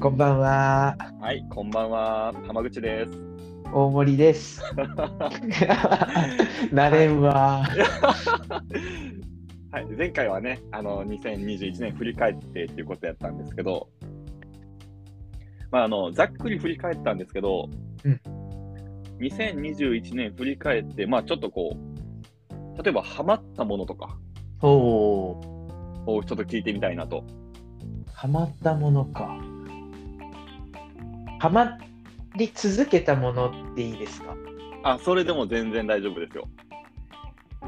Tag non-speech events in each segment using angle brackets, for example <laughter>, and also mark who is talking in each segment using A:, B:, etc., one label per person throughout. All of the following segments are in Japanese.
A: こんばんは。
B: はい、こんばんは、浜口です。
A: 大森 <laughs> です。なれんわ。
B: はい、前回はね、あの2021年振り返ってっていうことやったんですけど、まああのざっくり振り返ったんですけど、
A: うん
B: 2021年振り返って、まあちょっとこう、例えばハマったものとか
A: おお、
B: をちょっと聞いてみたいなと。
A: ハマったものか。ハマり続けたものっていいですか
B: あ、それでも全然大丈夫ですよ。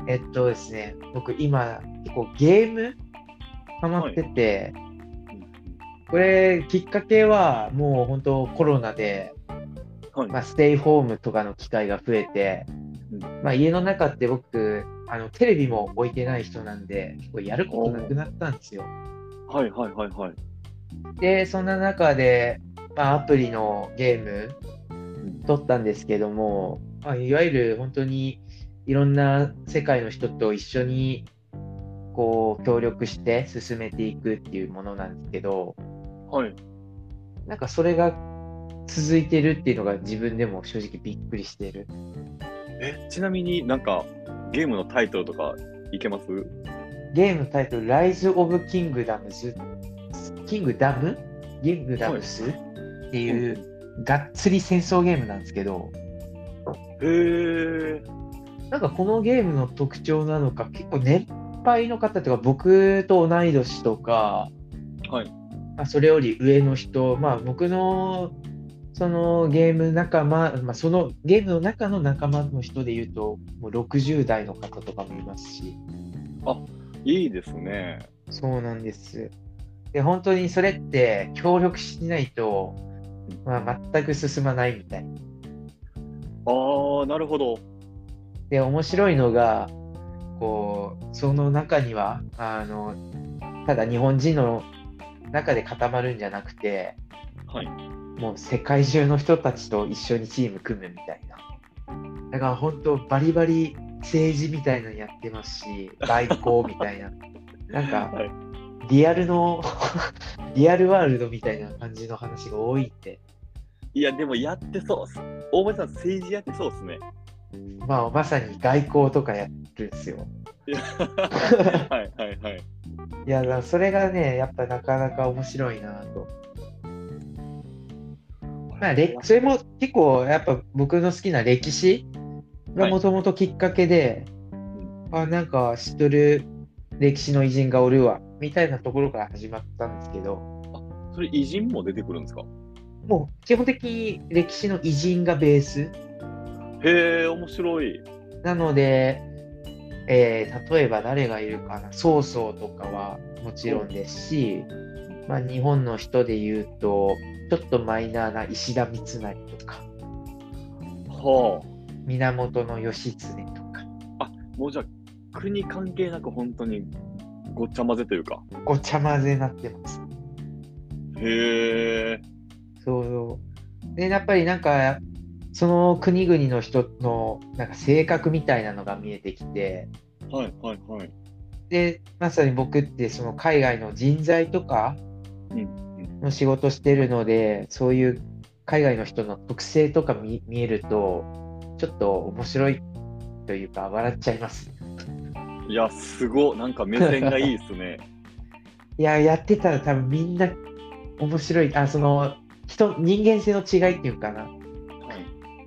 A: えっとですね、僕今結構ゲームハマってて、これきっかけはもう本当コロナで、
B: はい
A: まあ、ステイホームとかの機会が増えて、
B: うん
A: まあ、家の中って僕あのテレビも置いてない人なんで結構やることなくなったんですよ。
B: はいはいはいはい。
A: でそんな中で、まあ、アプリのゲーム撮ったんですけども、まあ、いわゆる本当にいろんな世界の人と一緒にこう協力して進めていくっていうものなんですけど
B: はい。
A: なんかそれが続いてるっていうのが自分でも正直びっくりしてる
B: え、ちなみになんかゲームのタイトルとかいけます
A: ゲームのタイトル「Rise of Kingdoms」キングダムキングダムスっていうがっつり戦争ゲームなんですけど
B: へー。
A: なんかこのゲームの特徴なのか結構年配の方とか僕と同い年とか
B: はい。
A: まあ、それより上の人、まあ、僕のそのゲーム仲間、まあ、そのゲームの中の仲間の人で言うと、もう60代の方とかもいますし、
B: いいですね。
A: そうなんです。で、本当にそれって協力しないと、まあ、全く進まないみたいな。
B: ああ、なるほど。
A: で、面白いのが、こう、その中には、あの、ただ日本人の中で固まるんじゃなくて、
B: はい。
A: もう世界中の人たちと一緒にチーム組むみたいな。だから本当バリバリ政治みたいなのやってますし、外交みたいな。なんか
B: はい、
A: リアルの、 <laughs> リアルワールドみたいな感じの話が多いって。
B: いや、でもやってそうっす。大森さん、政治やってそうっす <laughs> ね。
A: まあまさに外交とかやってるんですよ。
B: はいはいはい。
A: いや、だからそれがね、やっぱなかなか面白いなと。まあ、れそれも結構やっぱ僕の好きな歴史がもともときっかけで、あなんか知っとる歴史の偉人がおるわみたいなところから始まったんですけど
B: それ、偉人も出てくるんですか
A: もう基本的に歴史の偉人がベース
B: へえ、面白い。
A: なので、えー例えば誰がいるかな曹操とかはもちろんですし、まあ、日本の人で言うとちょっとマイナーな石田三成とか
B: は
A: 源義経とか。
B: あ。もうじゃあ、国関係なく本当にごっちゃ混ぜというか。
A: ごちゃ混ぜになってます。
B: へえ。
A: そうそう。で、やっぱりなんか、その国々の人のなんか性格みたいなのが見えてきて、
B: はいはいはい。
A: で、まさに僕ってその海外の人材とか
B: うん
A: の仕事してるので、そういう海外の人の特性とか見見えると、ちょっと面白いというか、笑っちゃいます。
B: いや、すご。なんか目線がいいっすね。
A: いや、やってたら多分みんな面白い、あ、その人、人間性の違いっていうかな。
B: はい。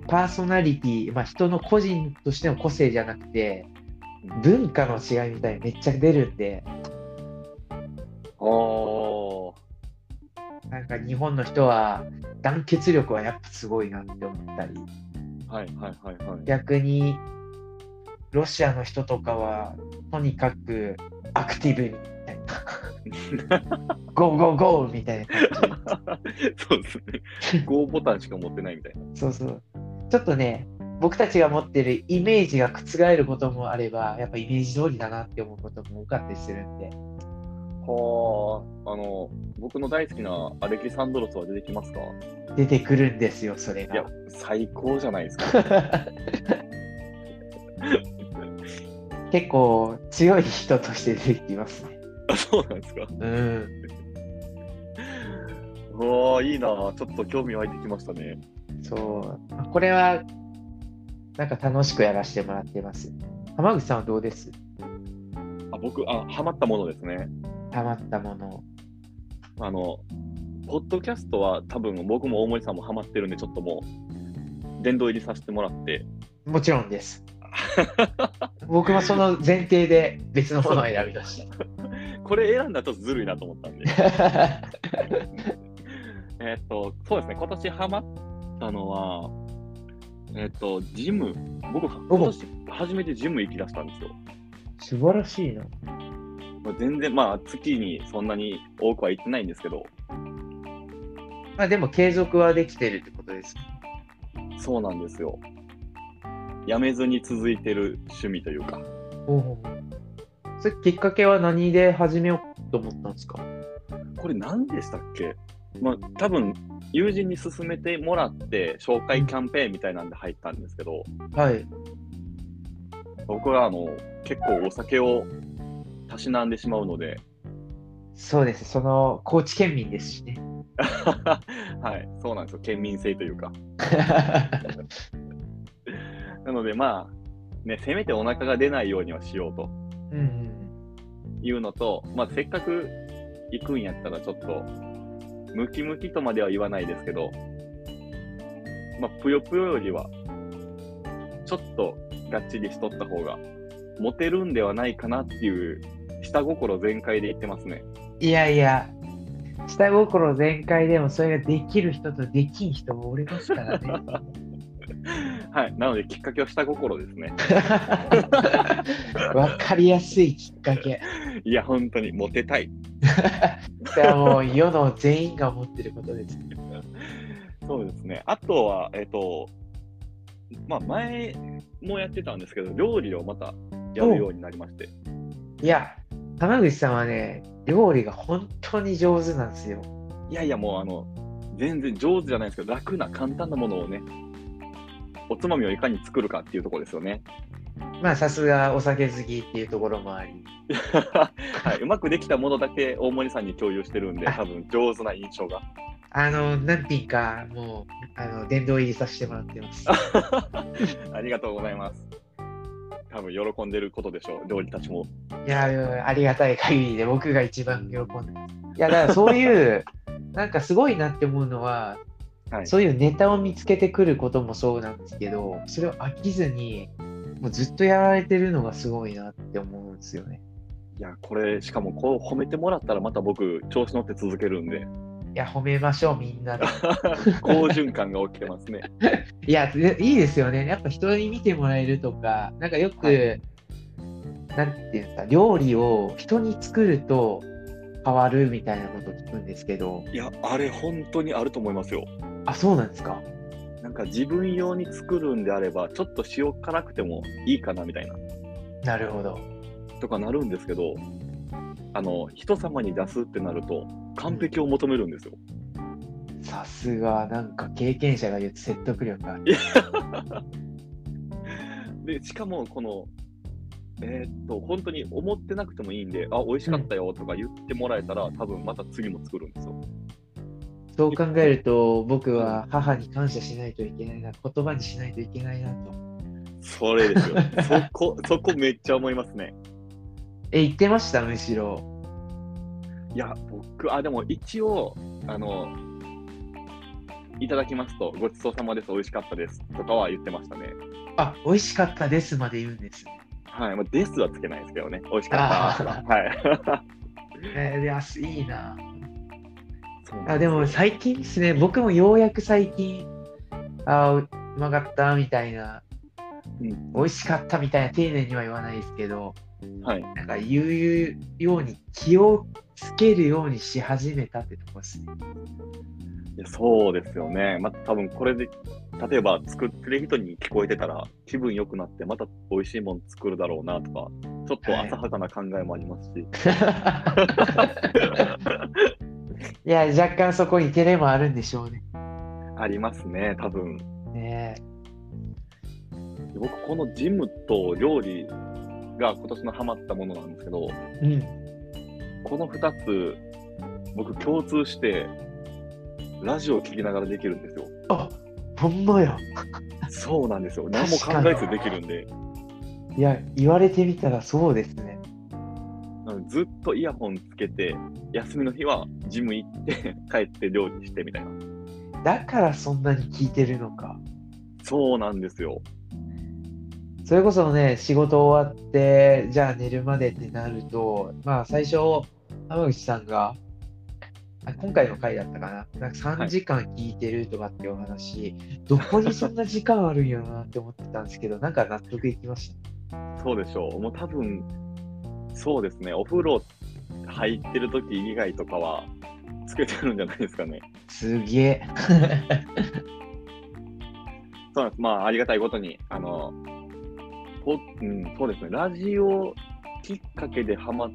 A: パーソナリティ、まあ、人の個人としての個性じゃなくて文化の違いみたいにめっちゃ出るんで
B: あー
A: なんか日本の人は団結力はやっぱすごいなって思ったり
B: はいはいはいはい。
A: 逆にロシアの人とかはとにかくアクティブみたいなゴーゴーゴーみたいな感
B: <laughs> そうですね。5ボタンしか持ってないみたいな。
A: じそうそうちょっとね僕たちが持ってるイメージが覆ることもあればやっぱイメージ通りだなって思うことも多かったりするんで
B: はあ、あの、僕の大好きなアレキサンドロスは出てきますかい
A: 出てくるんですよそれが
B: や。、最高じゃないです <laughs> か。
A: <laughs> 結構強い人として出てきますね。
B: そうなんですか。
A: うん。
B: うわーいいなーちょっと興味湧いてきましたね。
A: そうまあこれはなんか楽しくやらせてもらってます浜口さんはどうです
B: あ僕あ、ハマったものですね。
A: ハマったもの
B: あの、ポッドキャストは多分僕も大森さんもハマってるんで、ちょっともう、殿堂入りさせてもらって、
A: もちろんです <laughs> 僕もその前提で別のものを選びまし。
B: これ選んだらちょっとずるいなと思ったん <laughs> で
A: た
B: えっと、そうですね、今年ハマったのは、えっと、ジム、僕、今年初めてジム行き出したんですよ。
A: <laughs> 素晴らしいな
B: まあ全然、まあ、月にそんなに多くは行ってないんですけど、
A: まあでも継続はできてるってことです
B: そうなんですよ。やめずに続いてる趣味というか、
A: おそれきっかけは何で始めようと思ったんですか
B: これ何でしたっけまあ、多分、友人に勧めてもらって、紹介キャンペーンみたいなんで入ったんですけど、
A: はい
B: 僕は、あの、結構お酒をたしなんでしまうので、 <laughs>
A: そうですその高知県民ですしね
B: はい、そうなんですよ。県民性というか。なので、まあ、ね、せめてお腹が出ないようにはしようと
A: うんうん
B: いうのと、まあ、せっかく行くんやったら、ちょっと、ムキムキとまでは言わないですけど、まあ、ぷよぷよよりは、ちょっとがっちりしとった方が、モテるんではないかなっていう、下心全開で言ってますね。 <laughs>
A: いやいや下心全開でもそれができる人とできん人もおりますからね
B: はい、なので、きっかけは下心ですね。 <laughs>
A: わかりやすいきっかけ
B: いや、本当に、モテたい。
A: それはもう世の全員が思ってることです
B: そうですね。あとは、えっ、と、まあ、前もやってたんですけど、料理をまたやるようになりまして。
A: いや浜口さんはね料理が本当に上手なんですよ
B: いやいや、もう、あの、全然上手じゃないんですけど、楽な、簡単なものをね、おつまみをいかに作るかっていうところですよね。 <laughs>
A: まあさすがお酒好きっていうところもあり
B: はい、うまくできたものだけ大森さんに共有してるんで、多分上手な印象が。
A: あの何品かもうあの殿堂入りさせてもらってます
B: ありがとうございます。多分喜んでることでしょう、料理たちも。
A: いやうんありがたい限りで僕が一番喜んでますいやだからそういうなんかすごいなって思うのは、
B: はい
A: そういうネタを見つけてくることもそうなんですけどそれを飽きずにもうずっとやられてるのがすごいなって思うんですよね
B: いや、これ、しかもこう褒めてもらったら、また僕、調子乗って続けるんで、
A: いや褒めましょうみ <laughs> んなで
B: 好循環が起きてますね。
A: いやでいいですよねやっぱ人に見てもらえるとかなんかよく、
B: は
A: なんていうんですか料理を人に作ると変わるみたいなこと聞くんですけど
B: <laughs> いや、あれ、本当にあると思いますよ。
A: あそうなんですか
B: なんか自分用に作るんであれば、ちょっと塩辛くてもいいかなみたいな、
A: なるほど
B: とかなるんですけど、あの、人様に出すってなると、完璧を求めるんですよ。
A: さすが、なんか経験者が言う説得力ある。
B: で、しかも、この、えーっと、本当に思ってなくてもいいんで、あ、美味しかったよとか言ってもらえたら、多分また次も作るんですよ。
A: そう考えると、僕は母に感謝しないといけないな、言葉にしないといけないなと。
B: それですよ。 <laughs> そこ、そこめっちゃ思いますね。
A: え、言ってました、むしろ。
B: いや、僕、あ、でも一応、あの、いただきますと、ごちそうさまです、美味しかったですとかは言ってましたね。
A: あ、美味しかったですまで言うんです。
B: はい、まあ、ですはつけないですけどね、美味しかった
A: あ
B: は。はい。
A: えー、いや、いいな。
B: そう
A: あ、でも最近ですね、僕もようやく最近、あー、うまかったみたいな、
B: うん
A: 美味しかったみたいな、丁寧には言わないですけど、
B: はい、
A: なんか言うように気をつけるようにし始めたってとこです
B: <laughs>
A: ね。
B: いやそうですよね、また多分これで、例えば作ってる人に聞こえてたら、気分良くなって、また美味しいもの作るだろうなとか、ちょっと浅はかな考えもありますし、
A: いや、若干そこに照れもあるんでしょうね。
B: ありますね、多分
A: ね
B: 僕、このジムと料理が今年のハマったものなんですけど、
A: えうん。
B: この2つ、僕共通して、ラジオを聞きながらできるんですよ。
A: ほんまや。
B: そうなんですよ。何も
A: 確か
B: 考
A: に
B: えずできるんで、
A: いや、言われてみたらそうですね。
B: なのでずっとイヤホンつけて、休みの日はジム行って <laughs> 帰って料理してみたいな。
A: だからそんなに聞いてるのか。
B: そうなんですよ。
A: それこそね、仕事終わって、じゃあ寝るまでってなると、まあ最初、浜口さんが、あ今回の回だったかな、なんか
B: は
A: 3
B: い
A: 時間聞いてるとかっていうお話、どこにそんな時間あるんやろなって思ってたんですけど、なんか納得いきました。
B: そうでしょう。もう多分、そうですね。お風呂入ってる時以外とかは、つけてるんじゃないですかね。
A: すげえ。
B: そうなんです。まあ、ありがたいことに、あの、ほうん、そうですね。ラジオきっかけでハマっ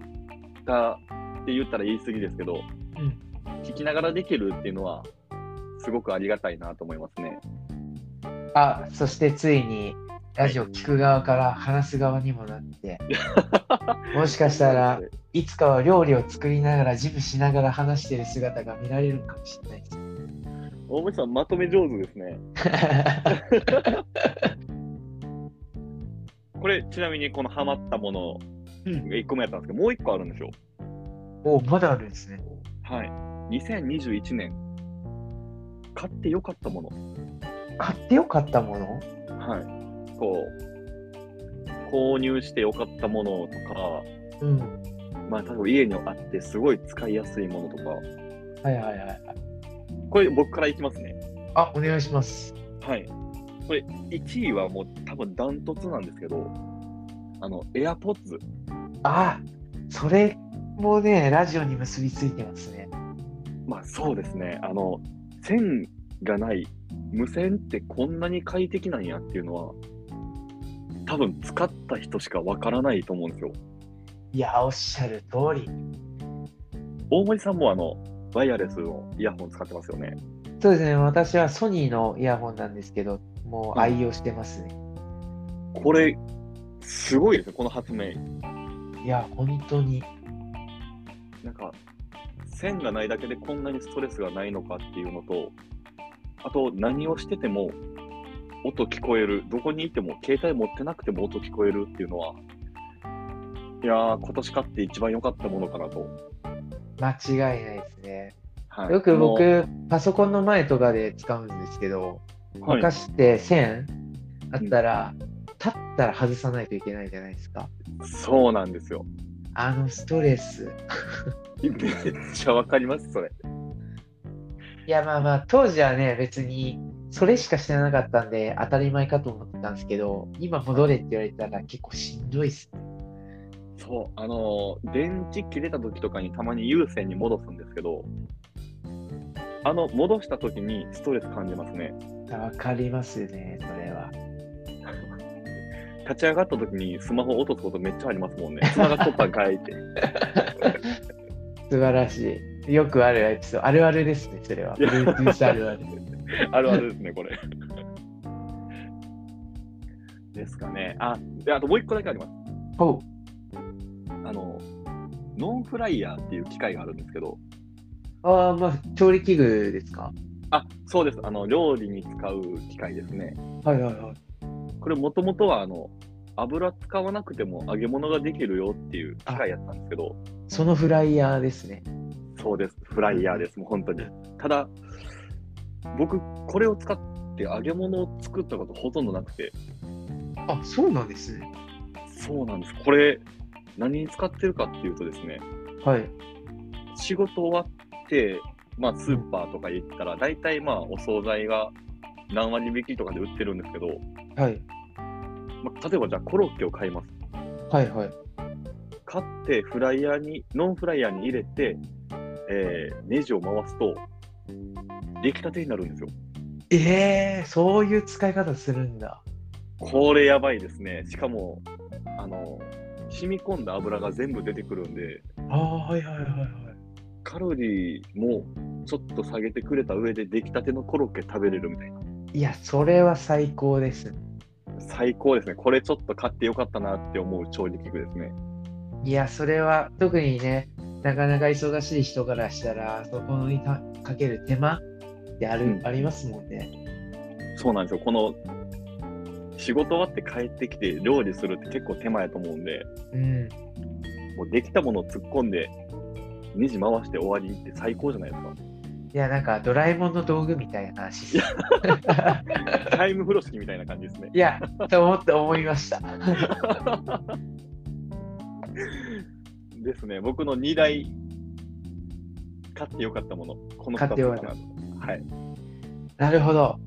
B: たって言ったら言い過ぎですけど、
A: うん
B: 聞きながらできるっていうのは、すごくありがたいなと思いますね。
A: あ、そしてついに、ラジオ聞く側から話す側にもな <laughs> って、もしかしたら、いつかは料理を作りながら、ジムしながら話してる姿が見られるかもしれないです。
B: 大森さん、まとめ上手ですね。
A: <laughs>
B: これ、ちなみにこのハマったもの
A: うん
B: が1個目やったんですけど、もう1個あるんでしょ
A: おまだあるんですね。
B: はい。2021年、買ってよかったもの。
A: 買ってよかったもの
B: はい。こう、購入してよかったものとか、
A: うん。
B: まあ、多分家にあって、すごい使いやすいものとか、
A: はいはいはいはい。
B: これ、僕からいきますね。
A: あ、お願いします。
B: はい。これ、1位はもう、多分ダントツなんですけど、あの、AirPods。
A: あ、それもね、ラジオに結びついてますね。
B: まあ、そうですね。あの、線がない、無線ってこんなに快適なんやっていうのは、多分使った人しかわからないと思うんですよ。
A: いや、おっしゃる通り。
B: 大森さんもあの、ワイヤレスのイヤホン使ってますよね。
A: そうですね、私はソニーのイヤホンなんですけど、もう愛用してますね。
B: これ、すごいですね、この発明。
A: いや、本当に。
B: なんか、線がないだけでこんなにストレスがないのかっていうのと、あと、何をしてても音聞こえる、どこにいても、携帯持ってなくても音聞こえるっていうのは、いやー、今年買って一番良かったものかなと。
A: 間違いないですね。
B: はい
A: よく、
B: こ
A: 僕、パソコンの前とかで使うんですけど、
B: のはい、
A: 昔って線あったら、立ったら外さないといけないじゃないですか。
B: そうなんですよ。
A: あのストレス。
B: めっちゃわかります、それ。
A: いやまあまあ当時はね別にそれしかしてなかったんで当たり前かと思ってたんですけど今戻れって言われたら結構しんどいっすね
B: そう、あのー電池切れた時とかにたまに有線に戻すんですけど、あの、戻した時にストレス感じますね。
A: わかりますねそれは
B: 立ち上がった時にスマホ落とすことめっちゃありますもんね。繋がっとったんかいって。
A: 素晴らしいよくあるエピソードあるあるですねそれは Bluetooth あるあ
B: <laughs>
A: る
B: あるあるですね、これ。ですかね。あ、で、あともう一個だけあります。
A: ほ
B: あの、ノンフライヤーっていう機械があるんですけど、
A: うああまあ調理器具ですか
B: あ、そうです。あの、料理に使う機械ですね。
A: はいはいはい
B: これもともとはあの油使わなくても揚げ物ができるよっていう機械やったんですけど、
A: そのフライヤーですね
B: そうです、フライヤーです、もう本当に。ただ、僕、これを使って揚げ物を作ったことほとんどなくて、
A: あそうなんですね
B: そうなんです、これ、何に使ってるかっていうとですね、
A: はい
B: 仕事終わって、まあ、スーパーとか行ったら、大体まあお惣菜が何割引きとかで売ってるんですけど、
A: はい
B: まあ、例えばじゃあコロッケを買います。
A: はいはい
B: 買ってフライヤーにノンフライヤーに入れて、えーネジを回すと出来たてになるんですよ
A: えー、そういう使い方するんだ
B: これやばいですねしかもあの染み込んだ油が全部出てくるんで
A: ああはいはいはいはい
B: カロリーもちょっと下げてくれた上で出来たてのコロッケ食べれるみたいない
A: やそれは最高ですね
B: 最高ですねこれちょっと買ってよかったなって思う調理器具ですね
A: いや、それは特にね、なかなか忙しい人からしたら、そこにたかける手間、ってある、
B: うん
A: ありますもんね。
B: そうなんですよ。この、仕事終わって帰ってきて料理するって結構手間やと思うんで、
A: うん。
B: もうできたものを突っ込んで、ネジ回して終わりって最高じゃないですか。
A: いや、なんかドラえもんの道具みたいな話 <laughs> です。
B: タイム風呂敷みたいな感じですね。
A: いや、と思って思いました。
B: ですね。僕の2台、買ってよかったもの。この2つ
A: 買ってよかった
B: なはい。
A: なるほど。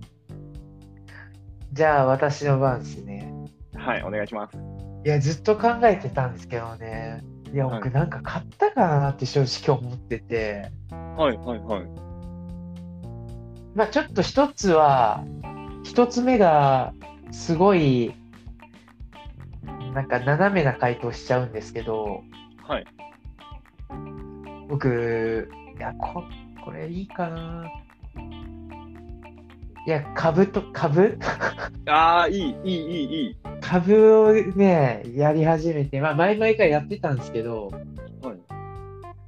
A: じゃあ、私の番ですね。
B: はい、お願いします。
A: いや、ずっと考えてたんですけどね。いや、
B: は
A: 僕
B: い
A: なんか買ったかなって正直思ってて。
B: はい、はい、はい。
A: まあ、ちょっと一つは、一つ目が、すごい、なんか斜めな回答しちゃうんですけど、
B: はい。
A: 僕、いや、ここれいいかな。いや、株と、株 <laughs>
B: ああ、いい、いい、いい、いい。
A: 株をね、やり始めて、まあ、前々からやってたんですけど、
B: はい。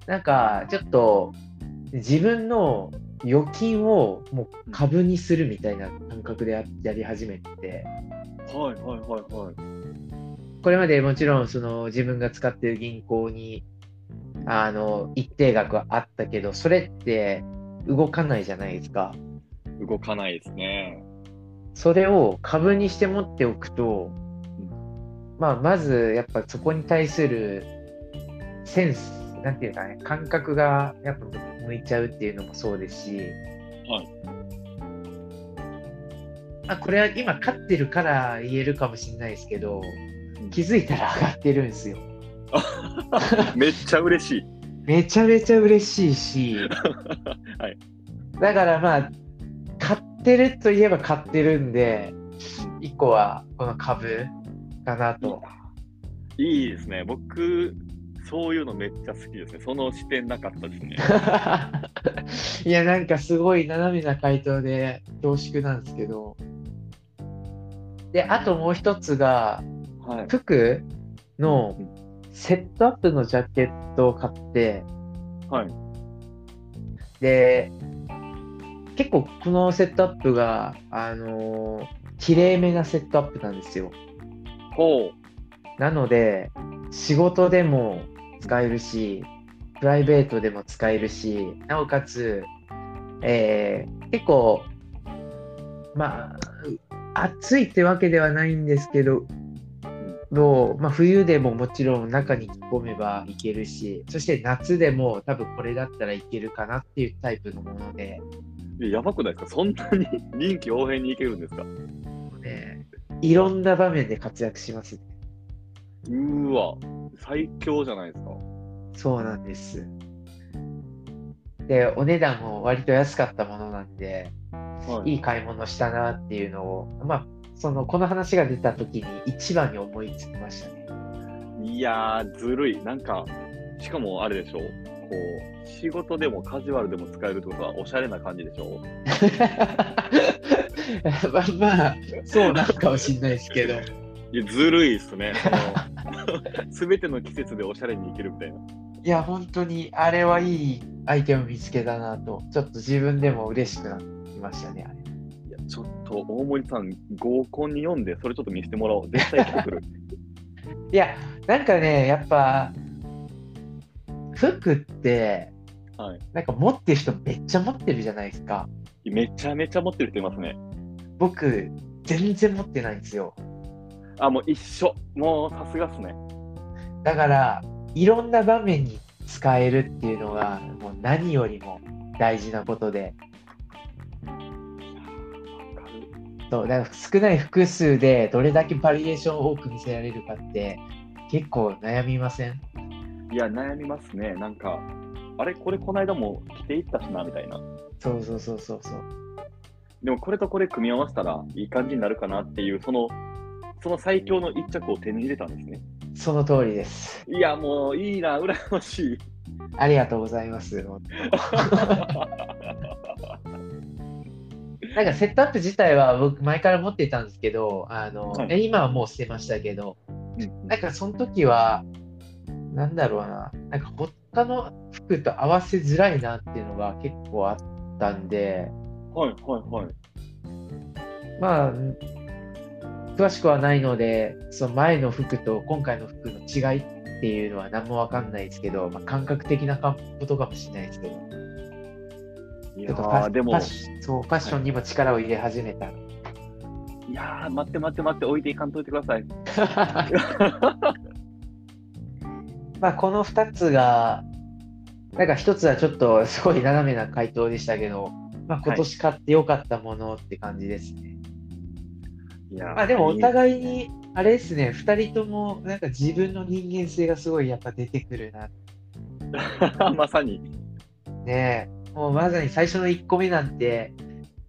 A: なんか、ちょっと、自分の預金をもう株にするみたいな感覚でややり始めて、
B: はい、はい、はい、はい。
A: これまでもちろん、その、自分が使ってる銀行に、あの、一定額はあったけど、それって動かないじゃないですか。
B: 動かないですね。
A: それを株にして持っておくと、まあ、まずやっぱそこに対するセンスなんていうかね感覚がやっぱ向いちゃうっていうのもそうですし、
B: はい
A: まあ、これは今勝ってるから言えるかもしれないですけど気づいたら上がってるんですよ。
B: めっちゃ嬉しい。
A: めちゃめちゃ嬉しいし、
B: <laughs> はい
A: だからまあ買ってるといえば買ってるんで1個はこの株かなと。
B: <laughs> いいですね。僕、そういうのめっちゃ好きですね。その視点なかったですね。
A: いやなんかすごい斜めな回答で恐縮なんですけどであともう一つが
B: はい。
A: 服のセットアップのジャケットを買って
B: はい。
A: で結構このセットアップがあのー綺麗めなセットアップなんですよ
B: ほ
A: なので仕事でも使えるしプライベートでも使えるしなおかつ、えー結構まあ暑いってわけではないんですけどどう、まあ、冬でももちろん中に着込めばいけるしそして夏でも多分これだったらいけるかなっていうタイプのもので。
B: う。いややばくないですかそんなに臨機応変にいけるんですかう
A: ね、いろんな場面で活躍しますね。
B: ーわ。最強じゃないですか。
A: そうなんです。で、お値段も割と安かったものなんで、
B: はい
A: いい買い物したなっていうのを、まあ、その、この話が出た時に一番に思いつきました <laughs> ね。
B: いやー、ずるい。なんか、しかもあれでしょこう、仕事でもカジュアルでも使えるってことはおしゃれな感じでしょ
A: まあ、まあ、そうなのかもしれないですけど。
B: いや、ずるいっす <laughs> ね。すべての季節でおしゃれにいけるみたいな。
A: いや、本当に、あれはいいアイテム見つけたなと、ちょっと自分でも嬉しくなってきましたね、あれ。
B: いや、ちょっと大森さん、合コンに読んで、それちょっと見せてもらおう。絶対来てくる。
A: いや、なんかね、やっぱ、服って、
B: はい
A: なんか持ってる人めっちゃ持ってるじゃないですか。
B: <laughs> めちゃめちゃ持ってる人いますね。
A: 僕、全然持ってないんですよ。
B: あ、もう一緒。もうさすがっすね。
A: だから、いろんな場面に使えるっていうのが、もう何よりも大事なことで、
B: わかる
A: そうだから少ない複数でどれだけバリエーションを多く見せられるかって、結構悩みません
B: いや、悩みますね。なんか、あれ、これこの間も着ていったしな、みたいな。
A: そうそうそうそうそう。
B: でも、これとこれ組み合わせたらいい感じになるかなっていう、その、その最強の一着を手に入れたんですね。
A: その通りです。
B: いや、もういいな、羨ましい。
A: ありがとうございます。なんかセットアップ自体は僕前から持ってたんですけど、あの、
B: はい
A: え今はもう捨てましたけど、なんかその時は、なんだろうな、なんか他の服と合わせづらいなっていうのが結構あったんで、
B: はいはいはい。
A: まあうん詳しくはないのでその前の服と今回の服の違いっていうのは何もわかんないですけど、まあ、感覚的なかことかもしれないですけど
B: い
A: ちょ
B: や
A: っとファ
B: ー
A: ッ
B: で
A: フ
B: も
A: ァッ、シそうファッションにも力を入れ始めた、
B: いやー、待って待って待って、置いていかんといてください。
A: <laughs> まあこの2つがなんか1つはちょっとすごい斜めな回答でしたけど、まあ、今年買ってよかったものって感じですね、
B: いやー
A: まあでもお互いにあれですね2人ともなんか自分の人間性がすごいやっぱ出てくるな
B: <laughs> まさに。
A: ねえもうまさに最初の1個目なんて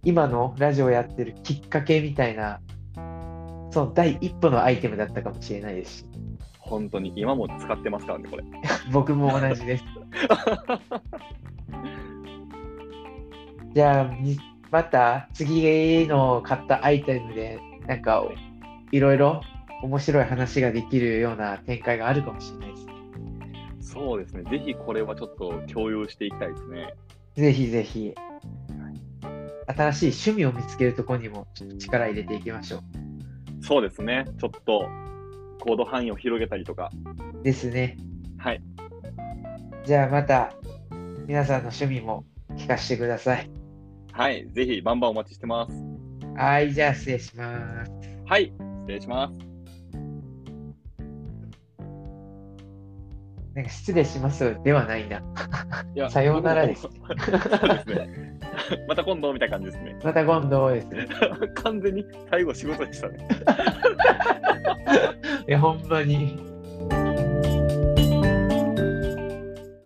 A: 今のラジオやってるきっかけみたいなその第一歩のアイテムだったかもしれないですし
B: 本当に今も使ってますからね、これ。
A: 僕も同じですじゃあにまた次の買ったアイテムでなんかいろいろ面白い話ができるような展開があるかもしれないですね
B: そうですね、ぜひこれはちょっと共有していきたいですね。
A: ぜひぜひ新しい趣味を見つけるところにもちょっと力入れていきましょ
B: そうですね、ちょっと行動範囲を広げたりとか、
A: うですね
B: はい、
A: じゃあまた皆さんの趣味も聞かせてください
B: はい、ぜひバンバンお待ちしてます。
A: はいじゃあ失礼します
B: はい、失礼します。
A: なんか失礼しますではないない
B: や
A: さようなら
B: <laughs>
A: です
B: そうですね。また今度みたいな感じですね。 <laughs>
A: また今度ですね。
B: 完全に最後仕事でしたね。
A: いや、ほんまに。